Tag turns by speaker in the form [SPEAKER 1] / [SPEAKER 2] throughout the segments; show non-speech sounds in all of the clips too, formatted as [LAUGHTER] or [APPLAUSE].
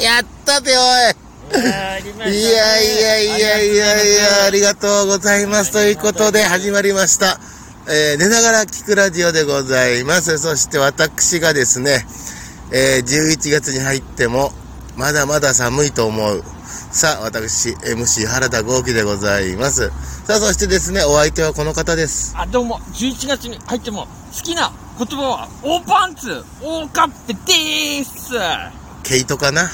[SPEAKER 1] やったぜ、
[SPEAKER 2] いやーありま [LAUGHS]
[SPEAKER 1] おい。い
[SPEAKER 2] し
[SPEAKER 1] やいや
[SPEAKER 2] たね
[SPEAKER 1] いやいやいや、ありがとうございます。ということで、始まりました。えー寝ながら聞くラジオでございます。そして私がですね、えー11月に入っても、まだまだ寒いと思う。さあ、私、MC 原田豪輝でございます。さあ、そしてですね、お相手はこの方です。
[SPEAKER 2] あどうも11月に入っても好きな言葉は大パンツ大カップでーす
[SPEAKER 1] 毛糸かな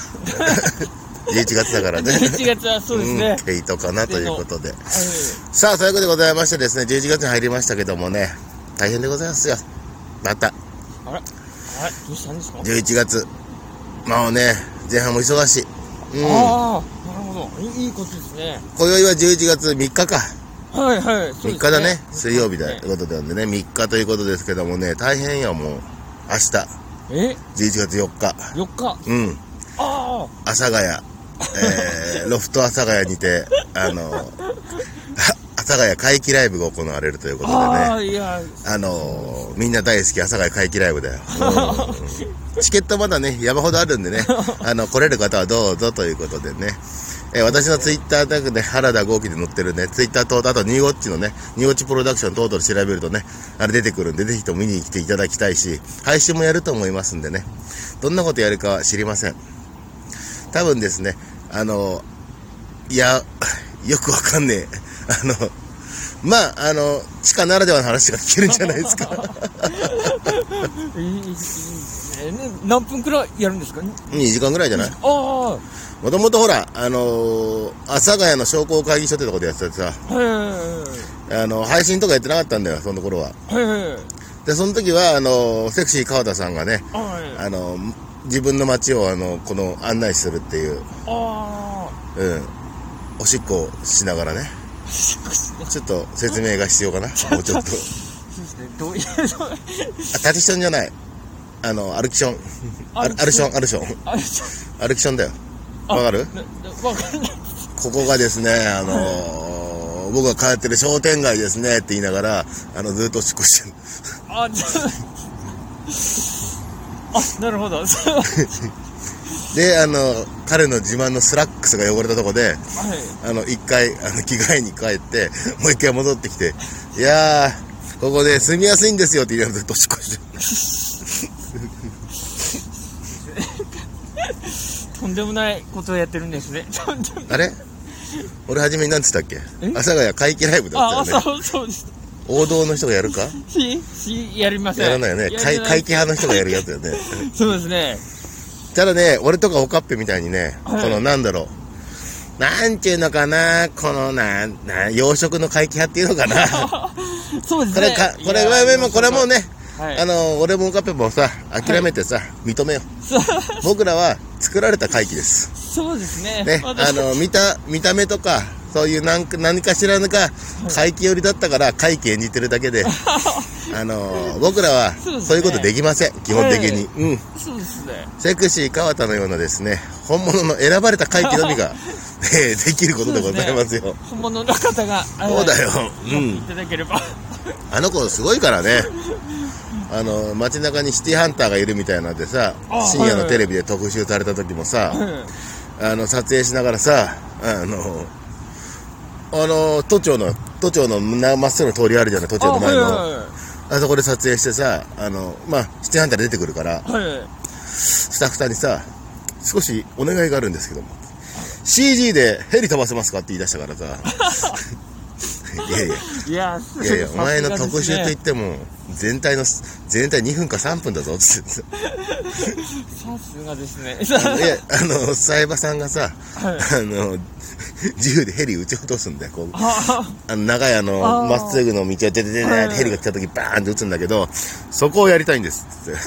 [SPEAKER 1] [LAUGHS] ?11 月だから
[SPEAKER 2] [LAUGHS]
[SPEAKER 1] ね。
[SPEAKER 2] 11月はそうですね、
[SPEAKER 1] うん、毛糸かなということで。さあ、ということでございましてですね、11月に入りましたけどもね、大変でございますよ。また、
[SPEAKER 2] あれあれどうしたんですか、
[SPEAKER 1] 11月。まあね、前半も忙しい。うん。
[SPEAKER 2] ああなるほどいいいことですね
[SPEAKER 1] 今宵は11月3日か。
[SPEAKER 2] はいはいそ
[SPEAKER 1] 3
[SPEAKER 2] うです
[SPEAKER 1] 日だね。水曜日だ
[SPEAKER 2] ね
[SPEAKER 1] ということなんでね、3日ということですけどもね、大変よ、もう。明日、
[SPEAKER 2] え
[SPEAKER 1] 11月4日。
[SPEAKER 2] 4日
[SPEAKER 1] うん。
[SPEAKER 2] あ
[SPEAKER 1] 阿佐ヶ谷、
[SPEAKER 2] [LAUGHS]
[SPEAKER 1] えーロフト阿佐ヶ谷にて、あの、は阿佐ヶ谷怪奇ライブが行われるということでね。
[SPEAKER 2] あ、ああいや
[SPEAKER 1] あのーみんな大好き阿佐ヶ谷怪奇ライブだよ、うんチケットまだね山ほどあるんでねあの来れる方はどうぞということでね、えー私のツイッタータグで原田豪輝で載ってるねツイッター等々あとニューゴッチのねニューゴッチプロダクション等々で調べるとねあれ出てくるんでぜひとも見に来ていただきたいし配信もやると思いますんでねどんなことやるかは知りません多分ですねあのいやよくわかんねえあのまあ、あの、地下ならではの話が聞けるんじゃないです [LAUGHS] か。
[SPEAKER 2] いいいいいいですねね何分くらいやるんですか
[SPEAKER 1] 2時間ぐらいじゃない
[SPEAKER 2] あ
[SPEAKER 1] もともとほら、あのー阿佐ヶ谷の商工会議所ってとこでやっててさ、
[SPEAKER 2] あはい
[SPEAKER 1] あの、配信とかやってなかったんだよ、その頃は。
[SPEAKER 2] はい
[SPEAKER 1] で、その時は、あのーセクシー川田さんがね、
[SPEAKER 2] はい
[SPEAKER 1] あのー自分の街を、あの、この案内するっていう、
[SPEAKER 2] ああ
[SPEAKER 1] うん、おしっこをしながらね、ちょっと説明が必要かな、もうちょっ [LAUGHS] と。
[SPEAKER 2] そうですねどういう
[SPEAKER 1] あ、タティションじゃない。あの、アルキション。アルアルション、アルション。
[SPEAKER 2] あちょ
[SPEAKER 1] アルキションだよ。わかる
[SPEAKER 2] ななわかんない
[SPEAKER 1] ここがですね、あのー僕が通ってる商店街ですねって言いながら、あの、ずっとおしっこしてる。
[SPEAKER 2] あちょあなるほどそうはい
[SPEAKER 1] で、あの、彼の自慢のスラックスが汚れたとこで、あの、一回、あの、着替えに帰って、もう一回戻ってきて、いやー、ここで住みやすいんですよって言いながらずっとおしっこしてる。
[SPEAKER 2] とんでもないことをやってるんですねとんでも
[SPEAKER 1] あれ俺初めに何つったっけ
[SPEAKER 2] え
[SPEAKER 1] 阿佐ヶ谷怪奇ライブだ
[SPEAKER 2] あ
[SPEAKER 1] ったよね。
[SPEAKER 2] そうそうです
[SPEAKER 1] 王道の人がやる [LAUGHS] か
[SPEAKER 2] ししやりません
[SPEAKER 1] やらないよね。怪
[SPEAKER 2] 会
[SPEAKER 1] 怪奇派の人がやるやつだよね。
[SPEAKER 2] そうですね
[SPEAKER 1] ただね、俺とかおかっぺみたいにね、
[SPEAKER 2] はい
[SPEAKER 1] このなんだろう。なんちゅうのかな、このなん、なん、養殖の怪奇派っていうのか
[SPEAKER 2] [LAUGHS]
[SPEAKER 1] な。
[SPEAKER 2] そうで
[SPEAKER 1] こ
[SPEAKER 2] す
[SPEAKER 1] れ
[SPEAKER 2] ね
[SPEAKER 1] か、これ
[SPEAKER 2] いや
[SPEAKER 1] は、もうこれはもうね、
[SPEAKER 2] はい
[SPEAKER 1] あの、俺もおかっぺもさ、諦めてさ、認めよう。
[SPEAKER 2] そう
[SPEAKER 1] 僕らは作られた怪奇
[SPEAKER 2] [LAUGHS]
[SPEAKER 1] です。
[SPEAKER 2] そうですね
[SPEAKER 1] ね、
[SPEAKER 2] まだ
[SPEAKER 1] あの、見た、見た目とか、そういう何か何かしらのか、怪奇寄りだったから怪奇演じてるだけ
[SPEAKER 2] [LAUGHS]
[SPEAKER 1] で、あの、僕らは
[SPEAKER 2] そうですね
[SPEAKER 1] そういうことできません、基本的に。うん。
[SPEAKER 2] そうですね
[SPEAKER 1] セクシー川田のようなですね、本物の選ばれた会期のみが、えーできることでございますよ。そう,、
[SPEAKER 2] 本物の方がそう
[SPEAKER 1] だよ。う
[SPEAKER 2] い
[SPEAKER 1] ん。
[SPEAKER 2] ただければ
[SPEAKER 1] あの子すごいからね。あの、街中にシティハンターがいるみたいなんでさ
[SPEAKER 2] あ、
[SPEAKER 1] 深夜のテレビで特集された時もさ、
[SPEAKER 2] う
[SPEAKER 1] あの、撮影しながらさ、あの、あの、都庁の、都庁のなまっすぐの通りあるじゃない、都庁の前
[SPEAKER 2] あ
[SPEAKER 1] の。
[SPEAKER 2] は
[SPEAKER 1] あそこで撮影してさ、あの、まあ、シティハンターで出てくるから、
[SPEAKER 2] いはいはい
[SPEAKER 1] スタッフさんにさ、少しお願いがあるんですけども、CG でヘリ飛ばせますかって言い出したから
[SPEAKER 2] [LAUGHS]
[SPEAKER 1] さ、いやいや、
[SPEAKER 2] いやー
[SPEAKER 1] いやいや、お前の特集と
[SPEAKER 2] さすがです
[SPEAKER 1] 言
[SPEAKER 2] ね
[SPEAKER 1] っても、全体の、全体2分か3分だぞつって
[SPEAKER 2] さすがですね。
[SPEAKER 1] あのいや、あの、サバさんがさ、
[SPEAKER 2] はい
[SPEAKER 1] あの、銃でヘリ撃ち落とすんだよ、こう。
[SPEAKER 2] あ
[SPEAKER 1] あの、長いあの、
[SPEAKER 2] あー
[SPEAKER 1] まっすぐの道を出て出て
[SPEAKER 2] はい
[SPEAKER 1] ヘリが来た時バーンって撃つんだけど、そこをやりたいんです、つ
[SPEAKER 2] [LAUGHS]
[SPEAKER 1] って。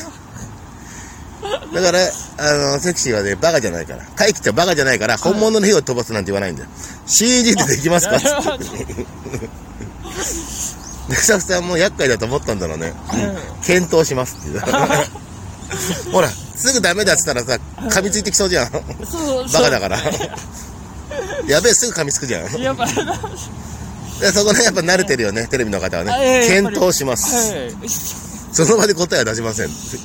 [SPEAKER 1] だから、あの、セクシーはね、バカじゃないから。怪奇ってバカじゃないから、本物の火を飛ばすなんて言わないんだよ。CG でできますか
[SPEAKER 2] あ
[SPEAKER 1] つって。 [LAUGHS] でスタッフさんも厄介だと思ったんだろうね。検討します
[SPEAKER 2] [LAUGHS]
[SPEAKER 1] って言うほら、すぐダメだっつったらさ、噛みついてきそうじゃん。バ
[SPEAKER 2] そう
[SPEAKER 1] カだから。やべえ、すぐ噛みつくじゃん。
[SPEAKER 2] そうやっぱ
[SPEAKER 1] でそこね、やっぱ慣れてるよね、テレビの方はね
[SPEAKER 2] あいやい。ややっぱ
[SPEAKER 1] 検
[SPEAKER 2] り
[SPEAKER 1] 討します。
[SPEAKER 2] はいさ
[SPEAKER 1] その場で答えは出しません。
[SPEAKER 2] す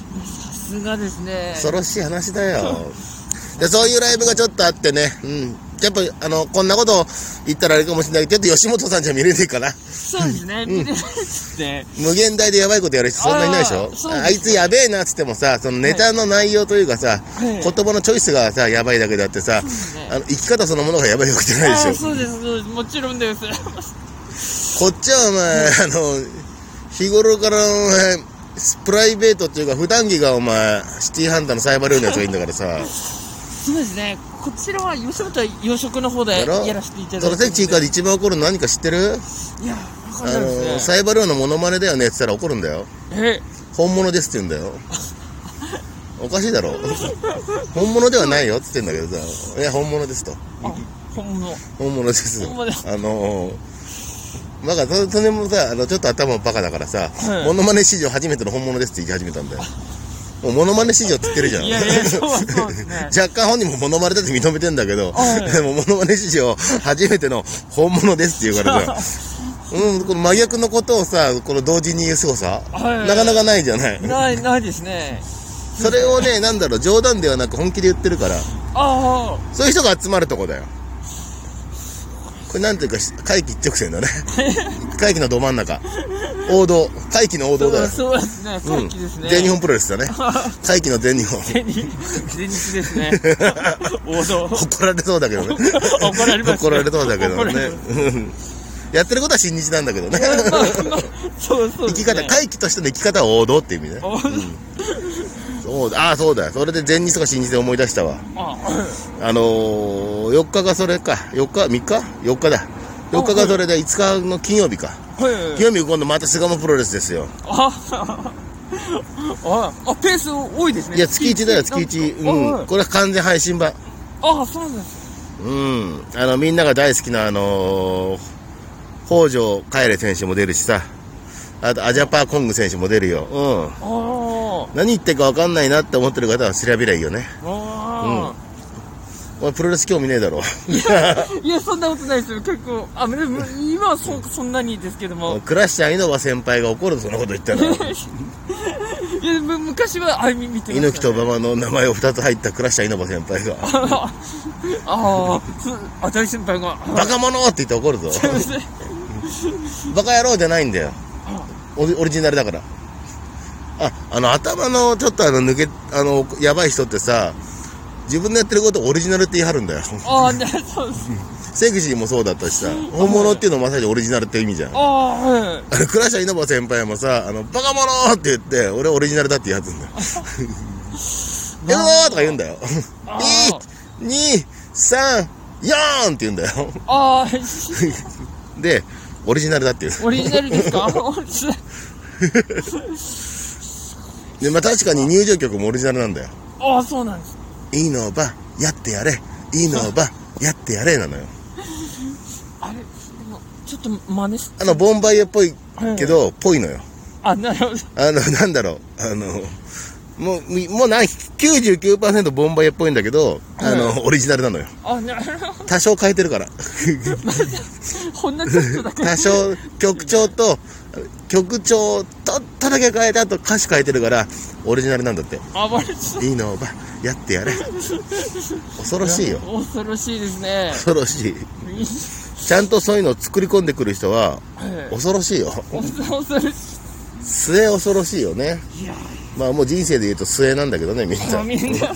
[SPEAKER 2] がですね。
[SPEAKER 1] 恐ろしい話だよ。 [LAUGHS] で、そういうライブがちょっとあってね、うん。やっぱ、あの、こんなこと言ったらあれかもしれないけど、ちょっと吉本さんじゃ見れねえかな。
[SPEAKER 2] そうですね。見れないですね。
[SPEAKER 1] 無限大でやばいことやる人そんなにないでし
[SPEAKER 2] あ
[SPEAKER 1] ょ
[SPEAKER 2] ーそうです
[SPEAKER 1] ああいつやべえなっつってもさ、そのネタの内容というかさ、
[SPEAKER 2] い
[SPEAKER 1] 言葉のチョイスがさ、やばいだけであってさ、
[SPEAKER 2] すね
[SPEAKER 1] あの生き方そのものがやばいわけじゃないでし
[SPEAKER 2] あ
[SPEAKER 1] ょ
[SPEAKER 2] ー。そうです、そうです。もちろんです。
[SPEAKER 1] こっちはお前、あの、日頃からお前、プライベートっていうか、普段着がお前、シティハンターのサイバールーのやつがいいんだからさ、
[SPEAKER 2] そうですね。こちらは吉本は養殖の方で
[SPEAKER 1] だろ
[SPEAKER 2] やらせていただ
[SPEAKER 1] そ
[SPEAKER 2] いてる
[SPEAKER 1] の
[SPEAKER 2] んで。
[SPEAKER 1] セクシーカーで一番怒るの何か知ってる
[SPEAKER 2] いや、わか
[SPEAKER 1] あ
[SPEAKER 2] んないで
[SPEAKER 1] の、
[SPEAKER 2] すね。
[SPEAKER 1] サイバールーのモノマネだよねって言ったら怒るんだよ。
[SPEAKER 2] え、
[SPEAKER 1] 本物ですって言うんだよ。おかしいだろ。本物ではないよって言ってんだけどさ、いや、本物ですと。
[SPEAKER 2] あ、本物。
[SPEAKER 1] 本物です。
[SPEAKER 2] 本物です
[SPEAKER 1] あのー、なんか、そそれもさ、あの、ちょっと頭バカだからさ、
[SPEAKER 2] はい
[SPEAKER 1] モノマネ史上初めての本物ですって言い始めたんだよ。もうモノマネ史上って言ってるじゃん。[LAUGHS]
[SPEAKER 2] いやいや、そうそうですね。
[SPEAKER 1] 若干本人もモノマネだって認めてんだけど、
[SPEAKER 2] はい
[SPEAKER 1] でもモノマネ史上初めての本物ですって言うからさ、
[SPEAKER 2] [LAUGHS]
[SPEAKER 1] うん、この真逆のことをさ、この同時に言う凄さ、
[SPEAKER 2] はい
[SPEAKER 1] なかなかないじゃない。
[SPEAKER 2] ない、ないですね。
[SPEAKER 1] それをね、なんだろう、冗談ではなく本気で言ってるから、
[SPEAKER 2] あ
[SPEAKER 1] そういう人が集まるとこだよ。これなんていうか、会期一直線
[SPEAKER 2] [LAUGHS]
[SPEAKER 1] だね。会期のど真ん中。王道。会期の王
[SPEAKER 2] あ、そ
[SPEAKER 1] 道
[SPEAKER 2] う
[SPEAKER 1] だよ。
[SPEAKER 2] そうですね。さっきですね。
[SPEAKER 1] 全日本プロレス
[SPEAKER 2] [LAUGHS]
[SPEAKER 1] だね。会期の全日本。
[SPEAKER 2] 全日全日で
[SPEAKER 1] [LAUGHS]
[SPEAKER 2] すね。王道。
[SPEAKER 1] 怒られそうだけどね。
[SPEAKER 2] 怒られますね
[SPEAKER 1] 怒られそうだけど
[SPEAKER 2] 怒ら
[SPEAKER 1] ね
[SPEAKER 2] れま。
[SPEAKER 1] うんやってることは新日なんだけどね。
[SPEAKER 2] そう
[SPEAKER 1] 生
[SPEAKER 2] そうで
[SPEAKER 1] き
[SPEAKER 2] す
[SPEAKER 1] 方、
[SPEAKER 2] ね。
[SPEAKER 1] 会期としての生き方は王道って意味ね。
[SPEAKER 2] 王道
[SPEAKER 1] そうだああ、そうだよ。それで全日とか新日で思い出したわ。
[SPEAKER 2] あ
[SPEAKER 1] あのー、4日がそれか。4日 ?3 日 ?4 日だ。4日がそれで5日の金曜日か。
[SPEAKER 2] はいはいはい
[SPEAKER 1] 清水今度また巣鴨プロレスですよ。
[SPEAKER 2] あああペース多いですね
[SPEAKER 1] いや、月1だよ、月1。
[SPEAKER 2] なん
[SPEAKER 1] うん。これは完全配信版。
[SPEAKER 2] ああそうなんです
[SPEAKER 1] うん。あの、みんなが大好きな、あのー北条カエレ選手も出るしさ。あと、アジャパーコング選手も出るよ。うん。
[SPEAKER 2] ああ
[SPEAKER 1] 何言ってるか分かんないなって思ってる方は調べりゃいいよね。
[SPEAKER 2] あ
[SPEAKER 1] お前プロレス興味ねえだろ。
[SPEAKER 2] あ、いやそんなことないですよ結構あでも今はそそんなにですけど [LAUGHS] も
[SPEAKER 1] クラッシャー猪場先輩が怒るぞそんなこと言ったら。
[SPEAKER 2] [LAUGHS] いやむ昔はあれ見見てま
[SPEAKER 1] 猪木
[SPEAKER 2] した、
[SPEAKER 1] と
[SPEAKER 2] ね、
[SPEAKER 1] 馬場の名前を2つ入ったクラッシャー猪場先輩が。
[SPEAKER 2] [LAUGHS] ああそう [LAUGHS] あ大先輩が
[SPEAKER 1] バカ者って言って怒
[SPEAKER 2] [LAUGHS]
[SPEAKER 1] るぞ。バカ野郎じゃないんだよ。オリオリジナルだから。あ、あの、頭のちょっとあの、抜け、あの、やばい人ってさ、自分のやってることをオリジナルって言い張るんだよ。
[SPEAKER 2] ああねそうです
[SPEAKER 1] セクシーもそうだったしさ、本物っていうのもまさにオリジナルって意味じゃん。
[SPEAKER 2] あ
[SPEAKER 1] あ
[SPEAKER 2] あはい
[SPEAKER 1] の、クラッシャー稲葉先輩もさ、あの、バカ者って言って、俺オリジナルだって言い張 [LAUGHS] ってんだよ。やるぞーとか言うんだよ。
[SPEAKER 2] あ
[SPEAKER 1] 1、2、3、4って言うんだよ。 [LAUGHS]
[SPEAKER 2] ああ
[SPEAKER 1] で、オリジナルだって言う。
[SPEAKER 2] オリジナルですか [LAUGHS]
[SPEAKER 1] で、まあ確かに入場曲もオリジナルなんだよ。
[SPEAKER 2] ああそうなんです
[SPEAKER 1] いいのば、やってやれ。いいのば、やってやれなのよ。
[SPEAKER 2] あれでもちょっと真似し
[SPEAKER 1] あの、ボンバイエっぽいけど、ぽいのよ。
[SPEAKER 2] あなるほど
[SPEAKER 1] あの、なんだろう。あの、もう、みもうな、99%ボンバイエっぽいんだけど、あの、オリジナルなのよ。
[SPEAKER 2] あなるほ
[SPEAKER 1] 多少変えてるから。
[SPEAKER 2] どほんのちょっとだけ
[SPEAKER 1] 多少、曲調と、曲調と、とだけ変えて、あと歌詞変えてるから、オリジナルなんだって。
[SPEAKER 2] [LAUGHS] 暴れちゃ
[SPEAKER 1] いいのば、やってやれ。恐ろしいよ。
[SPEAKER 2] う恐ろしいですね
[SPEAKER 1] 恐ろしい。ちゃんとそういうのを作り込んでくる人は、
[SPEAKER 2] はい
[SPEAKER 1] 恐ろしいよ。
[SPEAKER 2] 恐恐ろし
[SPEAKER 1] 末恐ろしいよね。
[SPEAKER 2] いいや
[SPEAKER 1] まあもう人生で言うと末なんだけどね、みん
[SPEAKER 2] も
[SPEAKER 1] な
[SPEAKER 2] う。みんな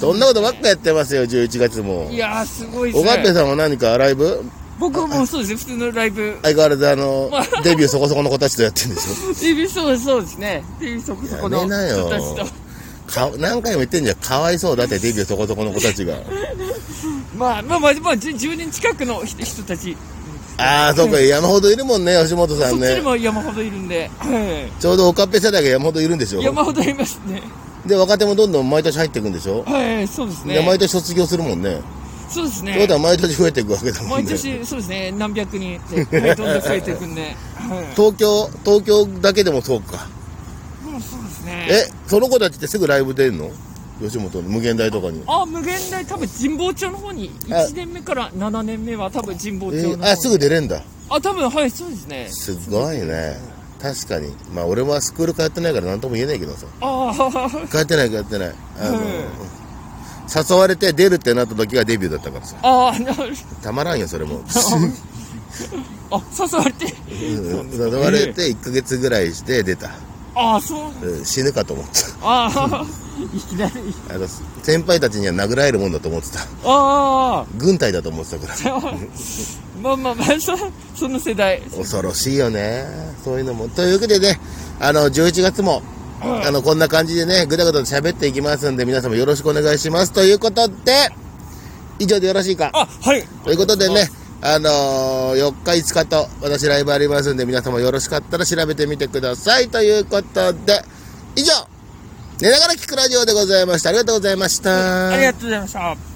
[SPEAKER 1] そんなことばっかやってますよ、11月も
[SPEAKER 2] い。やーすごいで
[SPEAKER 1] おがっぺ
[SPEAKER 2] すね
[SPEAKER 1] さんは何かライブ
[SPEAKER 2] 僕はもうそうですね普通のライブ
[SPEAKER 1] 相変わらずあの、デビューそこそこの子たちとやってるんでしょ
[SPEAKER 2] TV そうですそうですね TV そこそこの
[SPEAKER 1] やめなよ
[SPEAKER 2] 人たちと
[SPEAKER 1] か何回も言ってんじゃん。かわいそうだって、デビューそこそこの子たちが。
[SPEAKER 2] まあまあまあまあじゅ 10, 人近くの人人たち
[SPEAKER 1] ああ、そうか、山ほどいるもんね、吉本さ
[SPEAKER 2] そ
[SPEAKER 1] ん
[SPEAKER 2] っちに
[SPEAKER 1] ね。
[SPEAKER 2] も山ほどいるんで、は
[SPEAKER 1] ちょうどおかっぺ世代が山ほどいるんでし
[SPEAKER 2] い、
[SPEAKER 1] ょ
[SPEAKER 2] 山ほどいますね
[SPEAKER 1] で、若手もどんどん毎年入っていくんでしょ
[SPEAKER 2] はいそうです
[SPEAKER 1] で毎
[SPEAKER 2] ね
[SPEAKER 1] 年卒業するもんね。
[SPEAKER 2] そうです
[SPEAKER 1] ってこ
[SPEAKER 2] ね
[SPEAKER 1] とは毎年増えていくわけだもんね。
[SPEAKER 2] 毎 [LAUGHS] 年そうですね何百人って、はい、どんどん増えていくんで、はい
[SPEAKER 1] 東京、東京だけでもそうか。
[SPEAKER 2] もうそうですね。
[SPEAKER 1] え、その子たちってすぐライブ出んの吉本の無限大とかに。
[SPEAKER 2] あ、無限大、多分神保町の方に、1年目から7年目は多分神保
[SPEAKER 1] え
[SPEAKER 2] 町の方に、
[SPEAKER 1] ーあ、すぐ出れんだ。
[SPEAKER 2] あ、多分、はい、そうですね。
[SPEAKER 1] すごいね。確かに。まあ俺はスクール通ってないから何とも言えないけどさ。
[SPEAKER 2] ああ、
[SPEAKER 1] 通ってない通ってない。あの、
[SPEAKER 2] うん
[SPEAKER 1] 誘われて出るってなった時がデビューだったからさ。
[SPEAKER 2] ああ、なる
[SPEAKER 1] たまらんよ、それ
[SPEAKER 2] [LAUGHS]
[SPEAKER 1] も。
[SPEAKER 2] あ、誘われて。
[SPEAKER 1] うん誘われて1ヶ月ぐらいして出た。
[SPEAKER 2] ああ、そう。
[SPEAKER 1] うん死ぬかと思って
[SPEAKER 2] ああ、いきなり。
[SPEAKER 1] た。あの、先輩たちには殴られるもんだと思ってた。
[SPEAKER 2] あ
[SPEAKER 1] 軍隊だと思ってたから。
[SPEAKER 2] [LAUGHS] あ。 [LAUGHS] まあまあまあ、そその世代。
[SPEAKER 1] 恐ろしいよねそういうのもというわけでねあの11月も、あのこんな感じでねぐだぐだと喋っていきますんで皆様よろしくお願いしますということで以上でよろしいか
[SPEAKER 2] あ、はい。
[SPEAKER 1] ということでねあのー、4日5日と私ライブありますんで皆様よろしかったら調べてみてくださいということで以上寝ながら聞くラジオでございましたありがとうございました
[SPEAKER 2] ありがとうございました。